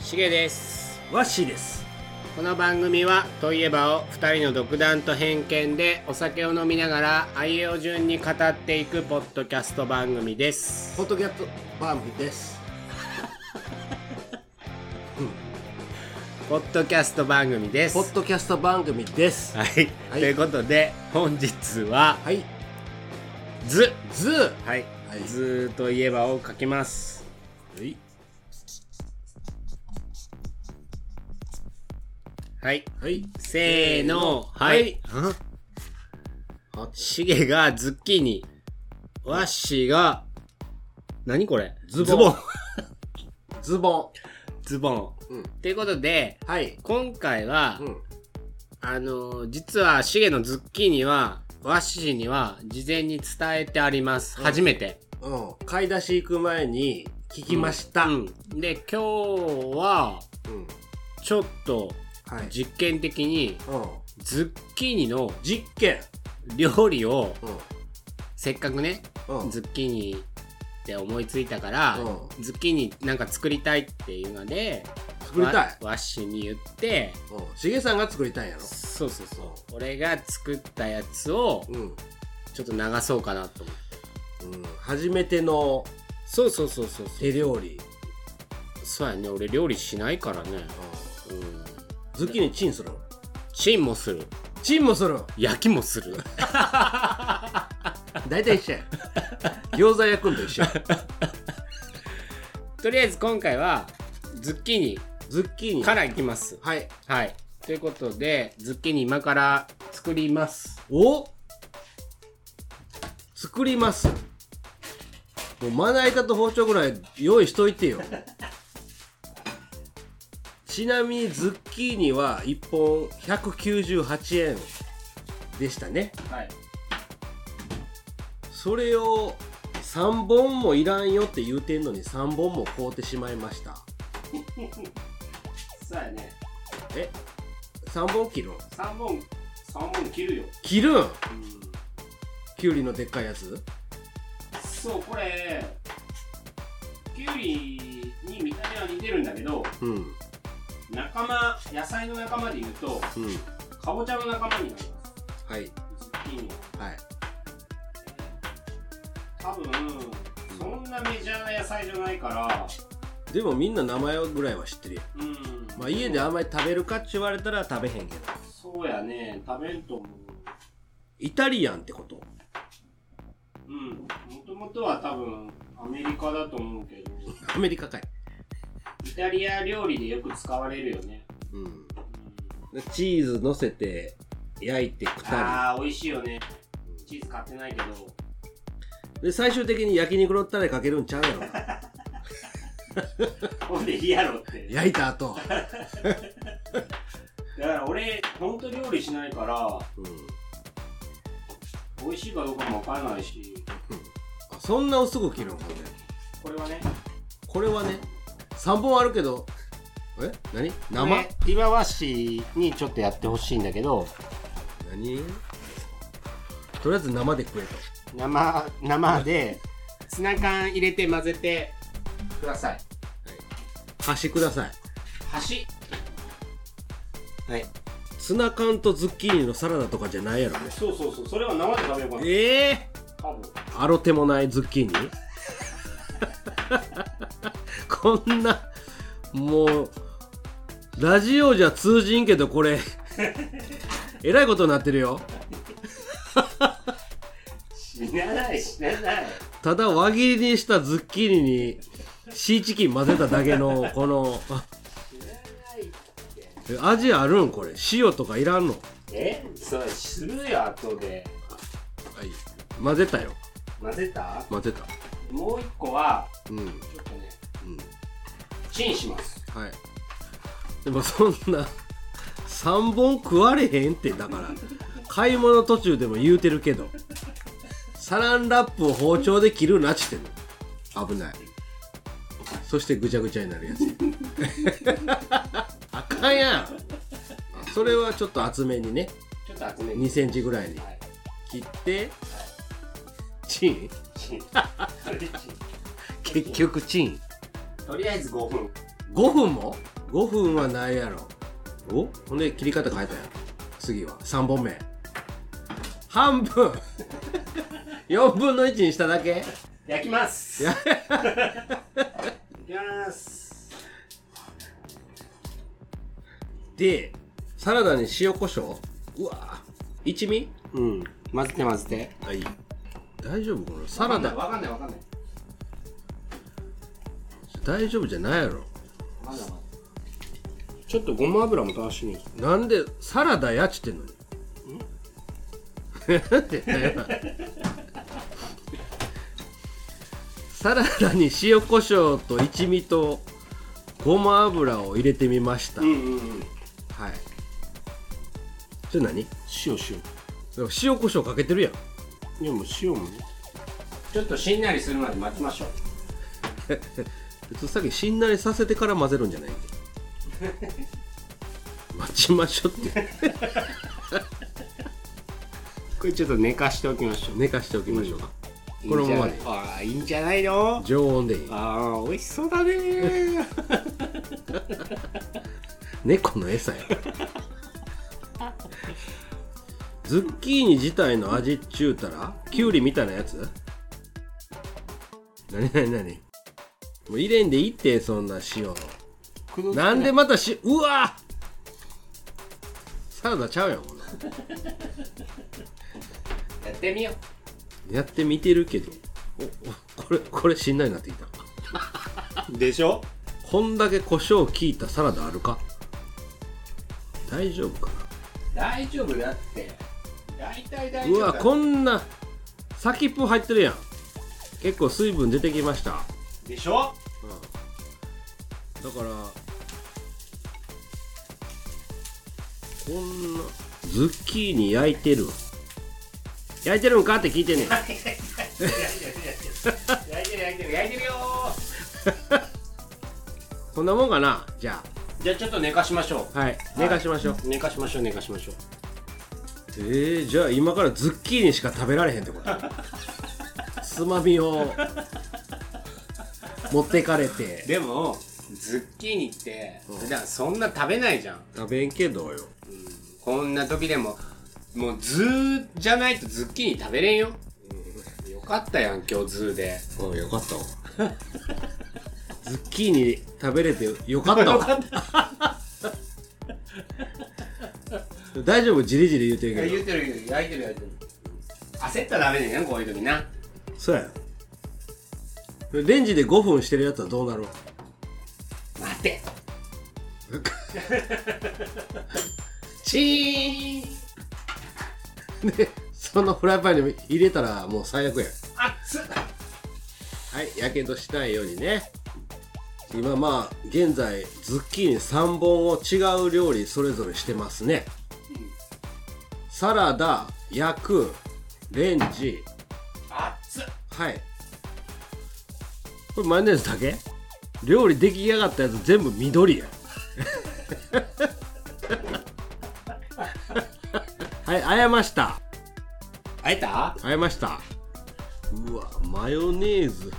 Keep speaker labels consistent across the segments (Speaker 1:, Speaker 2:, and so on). Speaker 1: しげです
Speaker 2: ワッシーです
Speaker 1: この番組は「といえば」を2人の独断と偏見でお酒を飲みながら愛用順に語っていくポッドキャスト番組です
Speaker 2: ポッドキャットバーム です
Speaker 1: ポッドキャスト番組です
Speaker 2: ポッドキャスト番組です
Speaker 1: はい、
Speaker 2: はい
Speaker 1: ということで本日は
Speaker 2: はい
Speaker 1: 「図
Speaker 2: ズー」
Speaker 1: はい
Speaker 2: はい
Speaker 1: 「図といえば」を書きます
Speaker 2: はい
Speaker 1: はい
Speaker 2: はい
Speaker 1: せーのはい
Speaker 2: は
Speaker 1: しげがズッキーニワッシーが何これ
Speaker 2: ズボン ズボ
Speaker 1: ズボン
Speaker 2: ンうん
Speaker 1: ということで
Speaker 2: はい
Speaker 1: 今回は、
Speaker 2: うん
Speaker 1: あのー実はシゲのズッキーニはワッシーには事前に伝えてあります、
Speaker 2: うん
Speaker 1: 初めて
Speaker 2: うん買い出し行く前に聞きました
Speaker 1: う
Speaker 2: うん
Speaker 1: ん、で今日はちょっと
Speaker 2: はい
Speaker 1: 実験的に
Speaker 2: うん
Speaker 1: ズッキーニの
Speaker 2: 実験
Speaker 1: 料理を
Speaker 2: う
Speaker 1: せっかくね
Speaker 2: んうん
Speaker 1: ズッキーニって思いついたから、
Speaker 2: う
Speaker 1: ズッキーニなんか作りたいっていうので
Speaker 2: 作りたい
Speaker 1: わワッシーに言って
Speaker 2: うんしげさんが作りたいんやろ
Speaker 1: そうそうそう俺が作ったやつを
Speaker 2: うん
Speaker 1: ちょっと流そうかなと思って
Speaker 2: うん初めての
Speaker 1: そうそうそうそうそう
Speaker 2: 手料理
Speaker 1: そうやね俺料理しないからね
Speaker 2: う
Speaker 1: うん
Speaker 2: んズッキーニチンする
Speaker 1: チンもする
Speaker 2: チンもする
Speaker 1: 焼きもする
Speaker 2: 大体一緒や餃子焼くんと一緒や
Speaker 1: とりあえず今回はズッキーニ
Speaker 2: ズッキーニ
Speaker 1: からいきます
Speaker 2: はい
Speaker 1: はいということでズッキーニ今から作ります
Speaker 2: お作りますもうまな板と包丁ぐらい用意しといてよちなみにズッキーニは1本198円でしたね
Speaker 1: はい
Speaker 2: それを3本もいらんよって言うてんのに3本も買うてしまいました
Speaker 1: そうやね
Speaker 2: え3本切るん
Speaker 1: 3本3本切るよ
Speaker 2: 切るん
Speaker 1: うん
Speaker 2: きゅうりのでっかいやつ
Speaker 1: そうこれきゅうりに見た目は似てるんだけど
Speaker 2: うん
Speaker 1: 仲間野菜の仲間で言うと
Speaker 2: うん
Speaker 1: かぼちゃの仲間になり
Speaker 2: はい
Speaker 1: ますズッキーニは
Speaker 2: はい
Speaker 1: 多分そんなメジャーな野菜じゃないから
Speaker 2: でもみんな名前ぐらいは知ってるよ
Speaker 1: うん
Speaker 2: まあ家であんまり食べるかって言われたら食べへんけど
Speaker 1: そうやね食べんと思う
Speaker 2: イタリアンってこと
Speaker 1: うんもともとは多分アメリカだと思うけど
Speaker 2: アメリカかい
Speaker 1: イタリア料理でよく使われるよね、
Speaker 2: うん
Speaker 1: うん、
Speaker 2: チーズ乗せて焼いて食った
Speaker 1: あー美味しいよねチーズ買ってないけど
Speaker 2: りで最終的に焼肉のタレかけるんちゃうやろか
Speaker 1: ほんでいいやろって
Speaker 2: 焼いた後
Speaker 1: だから俺ほんと料理しないから
Speaker 2: うん
Speaker 1: 美味しいかどうかもわからないし
Speaker 2: あそんな薄く切るのかね
Speaker 1: これはね
Speaker 2: これはね3本あるけどえ何生
Speaker 1: これ今和紙にちょっとやってほしいんだけど
Speaker 2: 何とりあえず生で食えと
Speaker 1: 生生でツナ缶入れて混ぜてください
Speaker 2: 箸ください
Speaker 1: 端はい
Speaker 2: ツナ缶とズッキーニのサラダとかじゃないやろね
Speaker 1: そうそうそうそれは生で食べようかな
Speaker 2: ええ
Speaker 1: 多分
Speaker 2: アロテもないズッキーニ こんなもうラジオじゃ通じんけどこれえらいことになってるよ
Speaker 1: 死なない死なない
Speaker 2: ただ輪切りにしたズッキーニにシーチキン混ぜただけのこのあ
Speaker 1: 死なないって
Speaker 2: え味あるんこれ塩とかいらんの
Speaker 1: えそれするよ後で
Speaker 2: はい混ぜたよ
Speaker 1: 混ぜた
Speaker 2: 混ぜた
Speaker 1: もう一個は
Speaker 2: うんうん
Speaker 1: ちょっとねチンします
Speaker 2: はいでもそんな3本食われへんってだから買い物途中でも言うてるけどサランラップを包丁で切るなっちってんの危ないそしてぐちゃぐちゃになるやつ あかんやんそれはちょっと厚めにね
Speaker 1: ちょっと厚めに
Speaker 2: 2センチぐらいに
Speaker 1: はい
Speaker 2: 切ってチン
Speaker 1: チ ンそれでチン
Speaker 2: 結局チン
Speaker 1: とりあえず5分
Speaker 2: 5分も5分はないやろおほんで切り方変えたやん次は3本目半分 4分の1にしただけ
Speaker 1: 焼きます
Speaker 2: や
Speaker 1: いきます
Speaker 2: でサラダに塩コショウうわ一味
Speaker 1: うん混ぜて混ぜて
Speaker 2: はい大丈夫このサラダ
Speaker 1: わかんないわかんない
Speaker 2: 大丈夫じゃないやろ
Speaker 1: わかんないわかんないちょっとごま油も垂らしてみる
Speaker 2: なんでサラダやっちってんのにって言ったよなサラダに塩コショウと一味とごま油を入れてみました、
Speaker 1: うんうんうん
Speaker 2: はいそれ何
Speaker 1: 塩塩
Speaker 2: 塩コショウかけてるやん
Speaker 1: いやもう塩もねちょっとしんなりするまで待ちましょう
Speaker 2: 普通さっきしんなりさせてから混ぜるんじ ゃないんで待ちましょうって
Speaker 1: これちょっと寝かしておきましょ
Speaker 2: 寝かしておきましょうか、
Speaker 1: う
Speaker 2: このままで
Speaker 1: いいんじゃないああいいんじゃないの
Speaker 2: 常温でいい
Speaker 1: ああ美味しそうだね ー
Speaker 2: 猫の餌やズッキーニ自体の味っちゅうたらきゅうりみたいなやつ何何何もう入れんでいいってそんな塩
Speaker 1: くどつく
Speaker 2: なんでまたしうわサラダちゃうやんこんな
Speaker 1: やってみよう
Speaker 2: やってみてるけどおおこれこれしんなりなってきた
Speaker 1: でしょ
Speaker 2: こんだけ胡椒効いたサラダあるか大丈夫か
Speaker 1: 大丈夫だって大体
Speaker 2: な
Speaker 1: 大丈
Speaker 2: う
Speaker 1: 夫だ
Speaker 2: わこんな先っぽ入ってるやん結構水分出てきました、
Speaker 1: でしょ
Speaker 2: うん、だからこんなズッキーニ焼いてるわ焼いてるんかって聞いてんね ん
Speaker 1: 焼いてる焼いてる焼いてるよー
Speaker 2: こんなもんかなじゃ
Speaker 1: じゃあちょっと寝かしましょ
Speaker 2: あはい寝かしましょう、
Speaker 1: う寝かしましょう寝かしましょう
Speaker 2: えー、じゃあ今からズッキーニしか食べられへんってことつまみを持ってかれて
Speaker 1: でもズッキーニって普段そんな食べないじゃん
Speaker 2: 食べんけどよ
Speaker 1: こんな時でももうズーじゃないとズッキーニ食べれんよ、よかったやん今日ズーで
Speaker 2: うんよかったわ ズッキーニ食べれてよかったわ大丈夫じりじり言うてるけ
Speaker 1: 言
Speaker 2: ど
Speaker 1: ってる言ってる焼いてる焼いてる焦ったらダメだよねこういう時な
Speaker 2: そうやレンジで5分してるやつはどうなるわ
Speaker 1: 待てチーン
Speaker 2: でそのフライパンに入れたらもう最悪や
Speaker 1: 熱っ
Speaker 2: はい、やけどしないようにね。今まあ、現在、ズッキーニ3本を違う料理それぞれしてますね。サラダ、焼く、レンジ、
Speaker 1: 熱っ
Speaker 2: はい。これマヨネーズだけ料理出来上がったやつ全部 緑や。はい、あえました。
Speaker 1: 会えた
Speaker 2: あえました。うわ、マヨネーズ。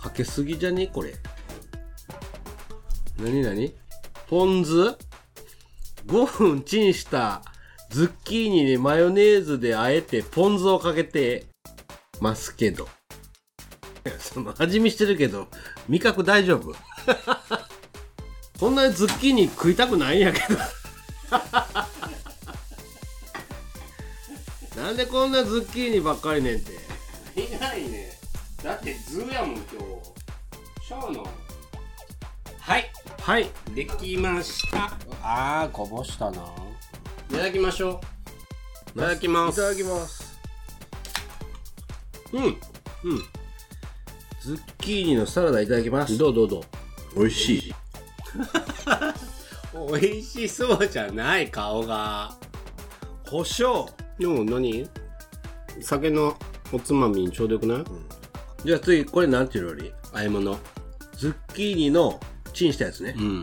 Speaker 2: かけすぎじゃねこれ。なになにポン酢 ?5 分チンしたズッキーニにマヨネーズであえてポン酢をかけてますけど。 いやその味見してるけど、味覚大丈夫 こんなにズッキーニ食いたくないんやけど。 なんでこんなズッキーニばっかりねんて。
Speaker 1: いないねだってズーやもん今日シャーのはい
Speaker 2: はい。
Speaker 1: できましたあーこぼしたないただきましょういただきます
Speaker 2: いただきますうんうんズッキーニのサラダいただきます
Speaker 1: どうどうどう
Speaker 2: 美味しい
Speaker 1: 美味しそうじゃない顔が
Speaker 2: 胡椒
Speaker 1: でも何酒のおつまみにちょうどよくない、
Speaker 2: じゃあ次これなんていう料理
Speaker 1: 和え物
Speaker 2: ズッキーニのチンしたやつね
Speaker 1: うん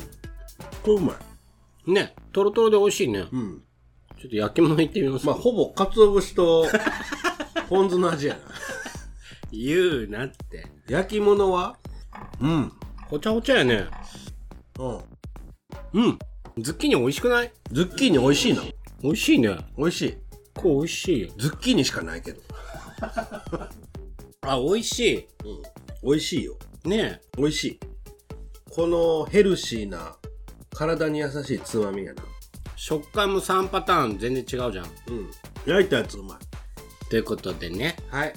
Speaker 2: これうまい
Speaker 1: ねとろとろで美味しいね、
Speaker 2: うん
Speaker 1: ちょっと焼き物いってみます
Speaker 2: まあほぼ鰹節と ポン酢の味やな
Speaker 1: 言うなって
Speaker 2: 焼き物はうん
Speaker 1: ほちゃほちゃやね
Speaker 2: うんうん
Speaker 1: ズッキーニ美味しくない
Speaker 2: ズッキーニ美味しいな
Speaker 1: 美味しいね
Speaker 2: 美味しい
Speaker 1: これ美味しいよ
Speaker 2: ズッキーニしかないけど、
Speaker 1: あ美味し
Speaker 2: うん、美味しいよ
Speaker 1: いね
Speaker 2: 美味しいこのヘルシーな体に優しいつまみやな
Speaker 1: え食感も3パターン全然違うじゃん
Speaker 2: うん焼いたやつうま
Speaker 1: ということでね
Speaker 2: いはい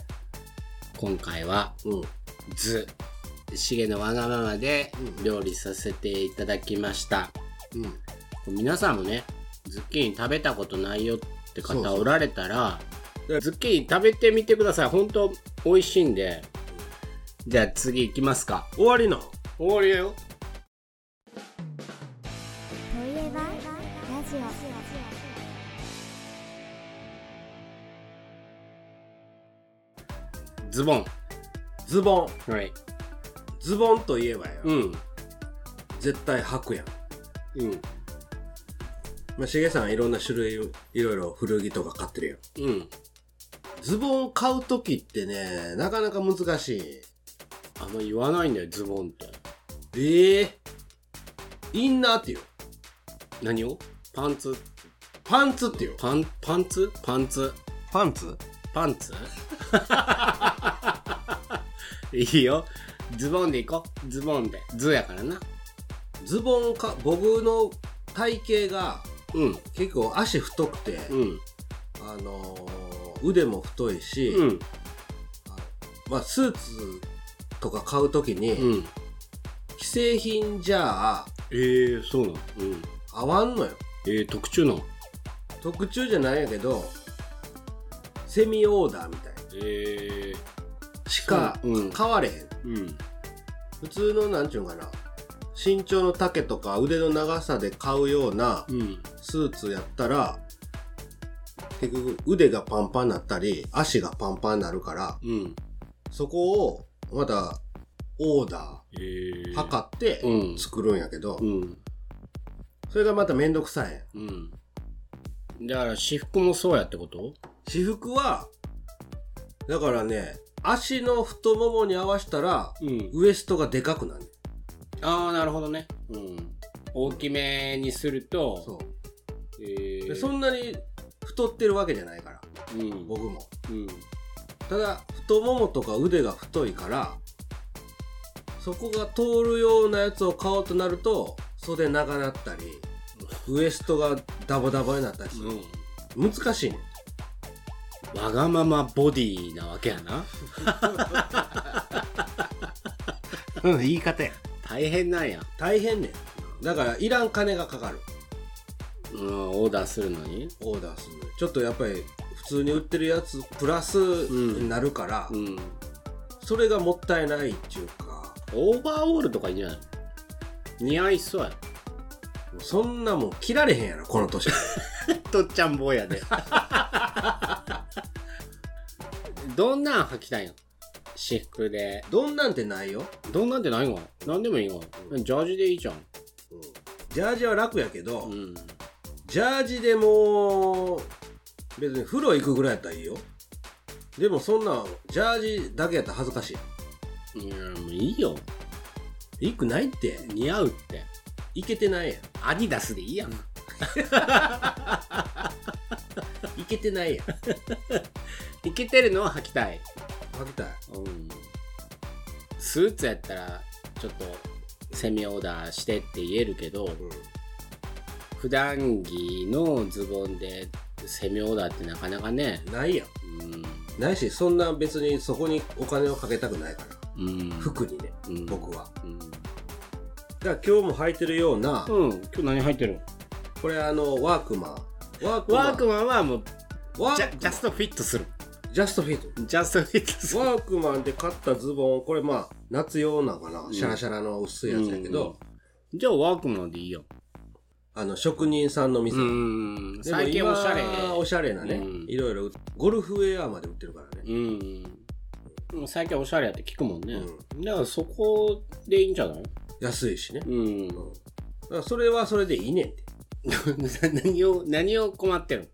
Speaker 1: 今回は
Speaker 2: うん
Speaker 1: 図シゲのわがままで料理させていただきました、
Speaker 2: うん
Speaker 1: 皆さんもねズッキーニ食べたことないよって
Speaker 2: そう
Speaker 1: 方
Speaker 2: そう
Speaker 1: おられたら
Speaker 2: で
Speaker 1: ズッキーニ食べてみてください本当美味しいんでじゃあ次行きますか
Speaker 2: 終わりな
Speaker 1: 終わりだよ
Speaker 3: といえばラジオ
Speaker 1: ズボン
Speaker 2: ズボン
Speaker 1: はい
Speaker 2: ズボンといえばよ、
Speaker 1: うん
Speaker 2: 絶対履くやん
Speaker 1: うん
Speaker 2: まあ、しげさんいろんな種類をいろいろ古着とか買ってるやん
Speaker 1: うん
Speaker 2: ズボン買う時ってねなかなか難しい
Speaker 1: あんま言わないんだよズボンって
Speaker 2: ええインナーっていう
Speaker 1: 何をパンツ
Speaker 2: パンツっていう
Speaker 1: パンパンツパンツ
Speaker 2: パンツ
Speaker 1: パンツ いいよズボンで行こうズボンでズやからな
Speaker 2: ズボンか僕の体型が
Speaker 1: うん
Speaker 2: 結構足太くて、
Speaker 1: うん
Speaker 2: あのー腕も太いし、
Speaker 1: うん
Speaker 2: まあ、スーツとか買う時に、
Speaker 1: うん
Speaker 2: 既製品じゃあ
Speaker 1: ええそうなのうん
Speaker 2: 合わんのよ
Speaker 1: えー、特注の
Speaker 2: 特注じゃないんやけどセミオーダーみたい
Speaker 1: ええ
Speaker 2: なしか
Speaker 1: うん
Speaker 2: 買われへん、
Speaker 1: うん
Speaker 2: 普通のなんちゅうんかな身長の丈とか腕の長さで買うような
Speaker 1: うん
Speaker 2: スーツやったら結局腕がパンパンになったり足がパンパンになるから
Speaker 1: うん
Speaker 2: そこをまたオーダ
Speaker 1: ええ
Speaker 2: ー測って
Speaker 1: うん
Speaker 2: 作るんやけど、
Speaker 1: うん
Speaker 2: それがまためんどくさいんや
Speaker 1: うんだから私服もそうやってこと
Speaker 2: 私服はだからね足の太ももに合わせたら
Speaker 1: うん
Speaker 2: ウエストがでかくなる
Speaker 1: ああなるほどねうん大きめにすると
Speaker 2: そう
Speaker 1: えー
Speaker 2: でそんなに太ってるわけじゃないから
Speaker 1: うん
Speaker 2: 僕も
Speaker 1: うん
Speaker 2: ただ太ももとか腕が太いからそこが通るようなやつを買おうとなると袖長なったりウエストがダバダバになったりする、難しいね
Speaker 1: わがままボディなわけやな
Speaker 2: うん言い方や
Speaker 1: 大変なんや
Speaker 2: 大変ねんだからいらん金がかかる
Speaker 1: うんオーダーするのに
Speaker 2: オーダーするのにちょっとやっぱり普通に売ってるやつプラス
Speaker 1: ん
Speaker 2: になるから、
Speaker 1: うん
Speaker 2: それがもったいないっていうか
Speaker 1: オーバーオールとかいいんじゃない似合いそうや
Speaker 2: もうそんなもん着られへんやろこ の年
Speaker 1: とっちゃん坊やで どんなん履きたいの私服で
Speaker 2: どんなんてないよ、
Speaker 1: どんなんてないのなんでもいいのジャージでいいじゃん
Speaker 2: うんジャージは楽やけど、
Speaker 1: うん
Speaker 2: ジャージでもう別に風呂行くぐらいやったらいいよでもそんなんジャージだけやったら恥ずかしい
Speaker 1: いやもういいよ
Speaker 2: 行くないって
Speaker 1: 似合うって
Speaker 2: 行けてないやん
Speaker 1: アディダスでいいやん
Speaker 2: 行けてないやん
Speaker 1: いけてるのは履きたい
Speaker 2: 履きたい
Speaker 1: うんスーツやったらちょっとセミオーダーしてって言えるけど普段着のズボンでセミオーダーってなかなかね
Speaker 2: うんないや
Speaker 1: うん
Speaker 2: んないしそんな別にそこにお金をかけたくないから
Speaker 1: うん
Speaker 2: 服にね
Speaker 1: うん
Speaker 2: 僕は
Speaker 1: うん
Speaker 2: だから今日も履いてるような
Speaker 1: うん、今日何入ってる
Speaker 2: これあのワークマンワークマン
Speaker 1: ワークマンはもう
Speaker 2: ワー
Speaker 1: ジ
Speaker 2: クマ
Speaker 1: ャ
Speaker 2: ン
Speaker 1: ジャストフィットする
Speaker 2: ジャストフィッ
Speaker 1: ジャストフィットす
Speaker 2: ト
Speaker 1: る
Speaker 2: ワークマンで買ったズボンこれまあ夏用なんかな、
Speaker 1: ん
Speaker 2: シャラシャラの薄いやつやけ
Speaker 1: う
Speaker 2: ど、
Speaker 1: んじゃあワークマンでいいよ
Speaker 2: あの職人さんの店、
Speaker 1: ん
Speaker 2: でも
Speaker 1: 最近
Speaker 2: 今
Speaker 1: おしゃれ
Speaker 2: おしゃれなね、
Speaker 1: うん
Speaker 2: いろいろゴルフウェアまで売ってるから
Speaker 1: う
Speaker 2: ね、
Speaker 1: んもう最近おしゃれやって聞くもんね、
Speaker 2: う
Speaker 1: だからそこでいいんじゃない
Speaker 2: 安いしね、
Speaker 1: う
Speaker 2: うん
Speaker 1: ん
Speaker 2: だからそれはそれでいいねんって
Speaker 1: 何を何を困ってる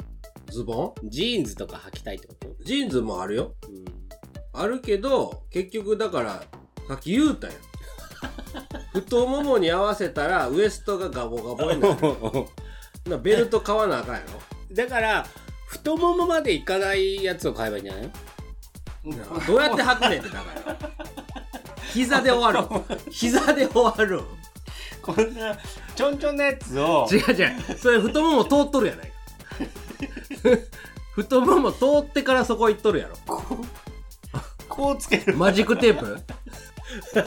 Speaker 2: ズボ
Speaker 1: のジーンズとか履きたいってこと
Speaker 2: ンジーンズもあるよ
Speaker 1: うん
Speaker 2: あるけど結局だからさっき言うたやん普太ももに合わせたらウエストがガボガボに なるなベルト買わなあかんやろ
Speaker 1: だから太ももまでいかないやつを買えばいいんじゃないの
Speaker 2: どうやって履くねんってだから膝で終わる膝で終わる
Speaker 4: こんなちょんちょんのやつを
Speaker 2: 違う違うそれ太もも通っとるやないか 太もも通ってからそこ行っとるやろ
Speaker 4: こうつける
Speaker 2: マジックテープ
Speaker 1: だか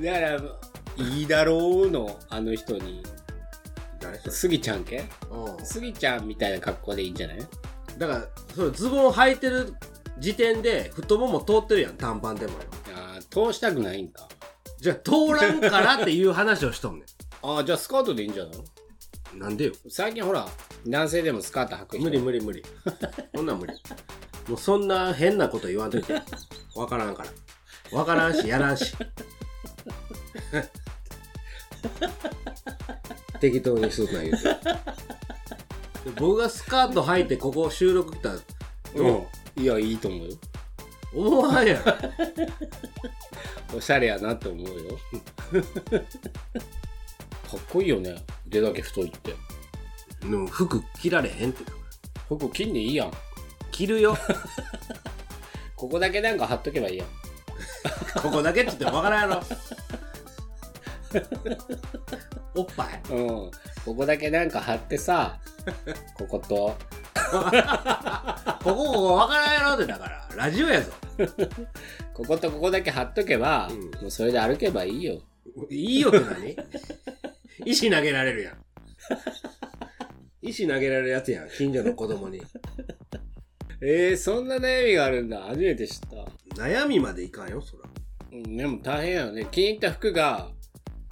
Speaker 1: らいいだろうのあの人にスギちゃんけ
Speaker 2: う
Speaker 1: スギちゃんみたいな格好でいいんじゃない
Speaker 2: んだからそれズボンを履いてる時点で太もも通ってるやん短パンでもよ
Speaker 1: あー通したくないんか
Speaker 2: じゃあ通らんからっていう話をしとんね
Speaker 1: あーじゃあスカートでいいんじゃないの
Speaker 2: ん なんでよ
Speaker 1: 最近ほら男性でもスカート履く人
Speaker 2: 無理無理無理そんなん無理もうそんな変なこと言わんといてわからんからわからんしやらんし適当にするな言うてで僕がスカート履いてここ収録来たらど
Speaker 1: うんいやいいと思うよ
Speaker 2: う思わんやん
Speaker 1: おしゃれやなって思うよ かっこいいよね腕だけ太いって
Speaker 2: でも服着られへんって
Speaker 1: 服着んでいいやん
Speaker 2: 着るよ
Speaker 1: ここだけなんか貼っとけばいいやん
Speaker 2: ここだけって言ってもわからんやろおっぱい
Speaker 1: うんここだけなんか貼ってさここと
Speaker 2: ここここわからんやろってだからラジオやぞ
Speaker 1: こことここだけ貼っとけば、
Speaker 2: うん
Speaker 1: もうそれで歩けばいいよ
Speaker 2: いいよって何石投げられるやん。石投げられるやつやん、近所の子供に。
Speaker 1: えー、そんな悩みがあるんだ初めて知った、
Speaker 2: 悩みまでいかんよ、そら。
Speaker 1: うん、でも大変やよね気に入った服が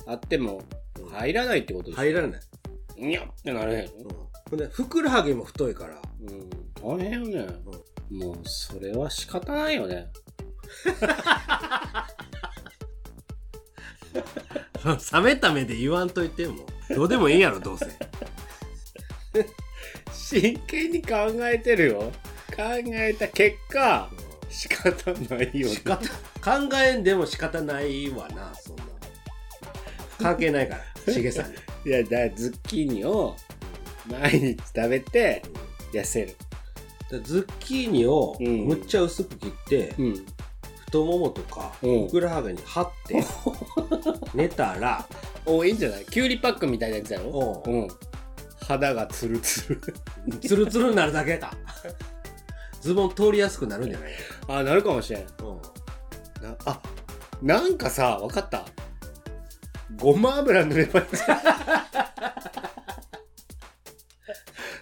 Speaker 1: あっても入らないってことでしょ
Speaker 2: 入らない。
Speaker 1: にゃってなれへん
Speaker 2: うん。ほんで、ふくらはぎも太いから。
Speaker 1: うん大変よね、もうそれは仕方ないよね
Speaker 2: 冷めた目で言わんといても。どうでもいいやろ、どうせ。
Speaker 1: 真剣に考えてるよ考えた結果仕方ないよね
Speaker 2: 仕方、考えんでも仕方ないわな、そんな。関係ないから、しげさんに。
Speaker 1: いやだからズッキーニを毎日食べて痩せる
Speaker 2: だズッキーニを
Speaker 1: うん
Speaker 2: むっちゃ薄く切って、
Speaker 1: うん
Speaker 2: 太ももとか、
Speaker 1: うん
Speaker 2: ふくらはぎに貼って、寝たら、
Speaker 1: おいいんじゃないキュウリパックみたいなやつやろ
Speaker 2: おう
Speaker 1: うん肌がツルツル
Speaker 2: ツルツルになるだけだズボン通りやすくなるんじゃない、
Speaker 1: あなるかもしれん
Speaker 2: うん、
Speaker 1: なあなんかさ分かったごま油塗ればいいんじゃない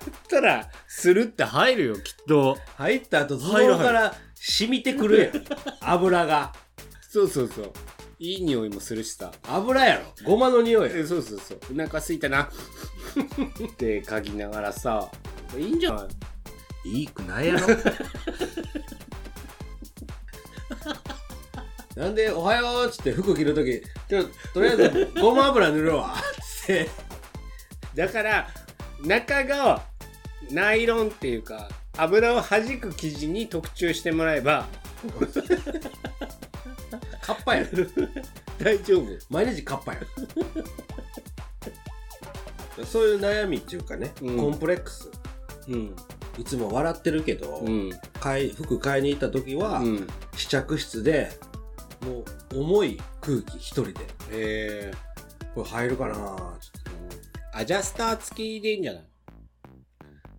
Speaker 1: そしたらスルって入るよきっと
Speaker 2: 入った後ズボ
Speaker 1: 入る
Speaker 2: ンから染みてくるやん油が
Speaker 1: そうそうそういい匂いもするしさ
Speaker 2: 油やろごまの匂い
Speaker 1: えそうそうそうお腹すいたな って嗅ぎながらさいいんじゃない
Speaker 2: いいくないや ろなんで「おはよう」っつって服着る時「ちょとりあえずごま油塗るわ」っつって
Speaker 1: だから中がナイロンっていうか油を弾く生地に特注してもらえば
Speaker 2: カッパやん
Speaker 1: 大丈夫
Speaker 2: 毎日カッパやんそういう悩みっていうかね、
Speaker 1: うん
Speaker 2: コンプレックス
Speaker 1: うん
Speaker 2: いつも笑ってるけど、
Speaker 1: うん
Speaker 2: 買い服買いに行った時は、
Speaker 1: うん
Speaker 2: 試着室でもう重い空気一人で
Speaker 1: えー
Speaker 2: これ入るかなーって
Speaker 1: アジャスター付きでいいんじゃない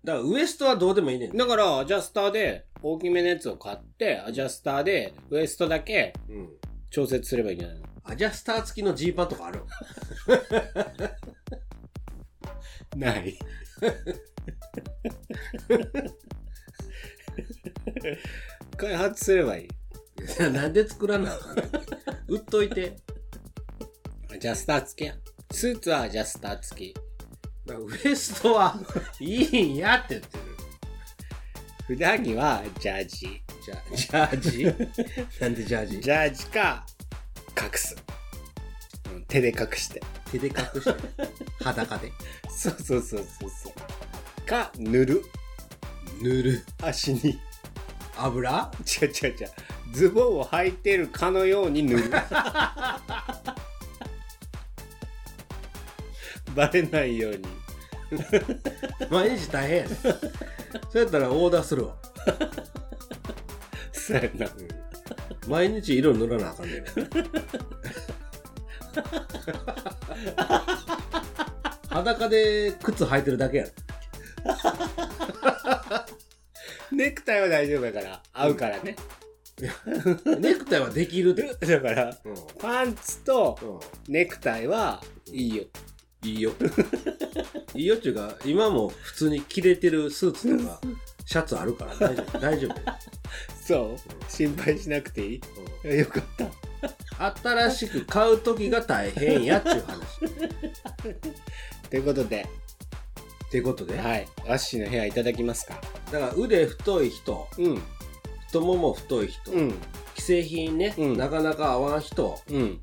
Speaker 2: だからウエストはどうでもいいねん
Speaker 1: だからアジャスターで大きめのやつを買ってアジャスターでウエストだけ
Speaker 2: うん
Speaker 1: 調節すればいいんじゃないの
Speaker 2: アジャスター付きのジーパンとかある
Speaker 1: ない。 開発すればいい。
Speaker 2: いや なんで作らなあかんの売っといて
Speaker 1: アジャスター付きやん。スーツはアジャスター付き。
Speaker 2: だからウエストはいいんやって言ってる
Speaker 1: 普段着はジャージ。
Speaker 2: じゃジャージなんでジャージ
Speaker 1: ジャージか、隠す。うん手で隠して。
Speaker 2: 手で隠して裸で
Speaker 1: そうそうそうそうそう。か、塗る。
Speaker 2: 塗る
Speaker 1: 足に。
Speaker 2: 油
Speaker 1: 違う違う違う。ズボンを履いてる かのように脱ぐバレないように
Speaker 2: 毎日大変やねそうやったらオーダーするわ
Speaker 1: そうやな
Speaker 2: 毎日色塗らなあかんねん裸で靴履いてるだけやろ
Speaker 1: ネクタイは大丈夫やから合うからね、
Speaker 2: ネクタイはできるで、
Speaker 1: だから
Speaker 2: うん
Speaker 1: パンツとネクタイはいいよ
Speaker 2: いいよいいよっていうか今も普通に着れてるスーツとかシャツあるから大丈夫大丈夫
Speaker 1: そう心配しなくていいよかった
Speaker 2: 新しく買う時が大変やっていう話っ
Speaker 1: ということで、
Speaker 2: てことで、
Speaker 1: はい、ワッシーの部屋いただきますか
Speaker 2: だから腕太い人
Speaker 1: うん
Speaker 2: 太もも太い人、
Speaker 1: うん
Speaker 2: 既製品ね、
Speaker 1: うん
Speaker 2: なかなか合わん人
Speaker 1: うん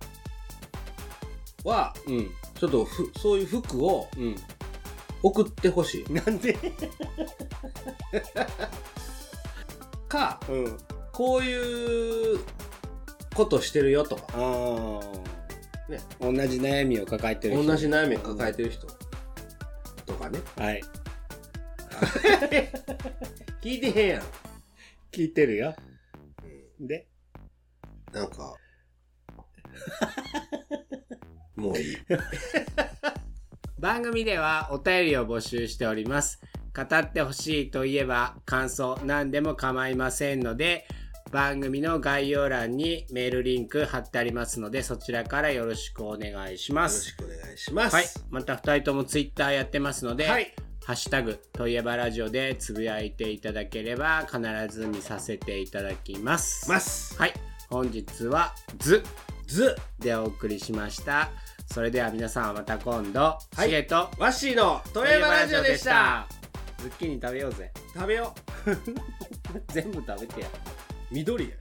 Speaker 2: は
Speaker 1: うん
Speaker 2: ちょっとふそういう服を
Speaker 1: うん
Speaker 2: 送ってほしい
Speaker 1: なんで
Speaker 2: か
Speaker 1: うん
Speaker 2: こういうことしてるよとか
Speaker 1: ああ、
Speaker 2: ね
Speaker 1: 同じ悩みを抱えてる
Speaker 2: 同
Speaker 1: 人
Speaker 2: じ悩みを抱えてる人とかね
Speaker 1: はい
Speaker 2: 聞いてへんやん
Speaker 1: 聞いてるよで
Speaker 2: なんかもうい い
Speaker 1: 番組ではお便りを募集しております語ってほしいといえば感想何でも構いませんので番組の概要欄にメールリンク貼ってありますのでそちらからよろしくお願いしま
Speaker 2: よろ
Speaker 1: す
Speaker 2: しくお願いします。
Speaker 1: はい。また二人ともツイッターやってますので、
Speaker 2: はい
Speaker 1: ハッシュタグ、といえばラジオでつぶやいていただければ、必ず見させていただきます。
Speaker 2: ます。
Speaker 1: はい。本日は、ズ
Speaker 2: ず、
Speaker 1: でお送りしました。それでは皆さんまた今度、
Speaker 2: は
Speaker 1: シ
Speaker 2: い
Speaker 1: ゲと、
Speaker 2: わしーのトレーバラジオでした。。
Speaker 1: ズッキーニ食べようぜ。
Speaker 2: 食べよ
Speaker 1: 全部食べてや。
Speaker 2: う。緑や。